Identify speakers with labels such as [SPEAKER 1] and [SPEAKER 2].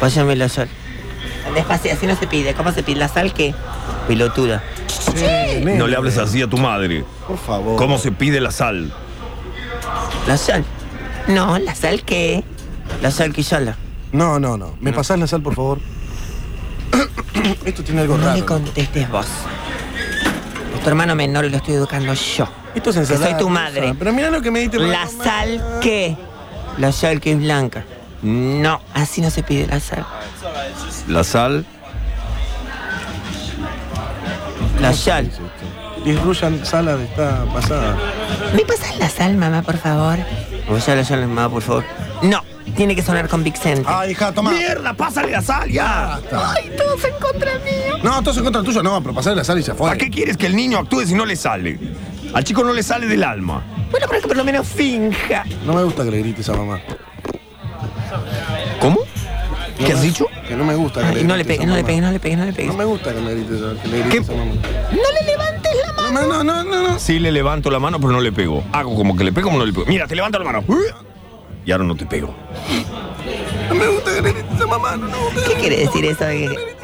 [SPEAKER 1] Pásame la sal.
[SPEAKER 2] Despacio, así no se pide. ¿Cómo se pide? ¿La sal qué?
[SPEAKER 1] Pilotura.
[SPEAKER 3] No le hables así a tu madre.
[SPEAKER 4] Por favor.
[SPEAKER 3] ¿Cómo se pide la sal?
[SPEAKER 1] La sal.
[SPEAKER 2] No, ¿la sal qué?
[SPEAKER 1] La sal que sala.
[SPEAKER 4] No, no, no. ¿Me pasás la sal, por favor? Esto tiene algo
[SPEAKER 2] No
[SPEAKER 4] raro.
[SPEAKER 2] me contestes vos. A tu hermano menor lo estoy educando yo.
[SPEAKER 4] Esto es
[SPEAKER 2] Que
[SPEAKER 4] ensalada.
[SPEAKER 2] soy tu
[SPEAKER 4] rusa.
[SPEAKER 2] madre.
[SPEAKER 4] Pero mirá lo que me diste. para
[SPEAKER 2] ¿La
[SPEAKER 4] comer.
[SPEAKER 2] sal qué?
[SPEAKER 1] La sal que es blanca.
[SPEAKER 2] No, así no se pide la sal.
[SPEAKER 3] La sal.
[SPEAKER 1] La sal.
[SPEAKER 4] Disrullan sala de esta pasada.
[SPEAKER 2] ¿Me pasas la sal, mamá, por favor?
[SPEAKER 1] Pasame la sal, mamá, por favor.
[SPEAKER 2] No, tiene que sonar con Vicente.
[SPEAKER 4] Ah, hija, toma.
[SPEAKER 3] ¡Mierda! ¡Pásale la sal ya!
[SPEAKER 2] Ay, todos en contra mío.
[SPEAKER 4] No, todo se contra el tuyo. No, pero pasar la sal y ya fue.
[SPEAKER 3] ¿Para qué quieres que el niño actúe si no le sale? Al chico no le sale del alma.
[SPEAKER 2] Bueno, pero que por lo menos finja.
[SPEAKER 4] No me gusta que le grites a mamá.
[SPEAKER 3] ¿Cómo?
[SPEAKER 4] No
[SPEAKER 3] ¿Qué has
[SPEAKER 4] me-
[SPEAKER 3] dicho?
[SPEAKER 4] Que no me gusta que
[SPEAKER 2] Ay, no le
[SPEAKER 4] grites
[SPEAKER 2] pegues,
[SPEAKER 4] a
[SPEAKER 2] no le
[SPEAKER 4] mamá.
[SPEAKER 2] pegues, no le pegues, no le pegues.
[SPEAKER 4] No me gusta que le grites a, que le grites
[SPEAKER 3] ¿Qué?
[SPEAKER 4] a mamá.
[SPEAKER 2] No le levantes la mano.
[SPEAKER 4] No, me- no, no, no, no.
[SPEAKER 3] Sí le levanto la mano, pero no le pego. Hago como que le pego, como no le pego. Mira, te levanto la mano. Y ahora no te pego.
[SPEAKER 4] No me gusta que le grites a mamá. No, no, no.
[SPEAKER 2] ¿Qué quiere decir eso? de que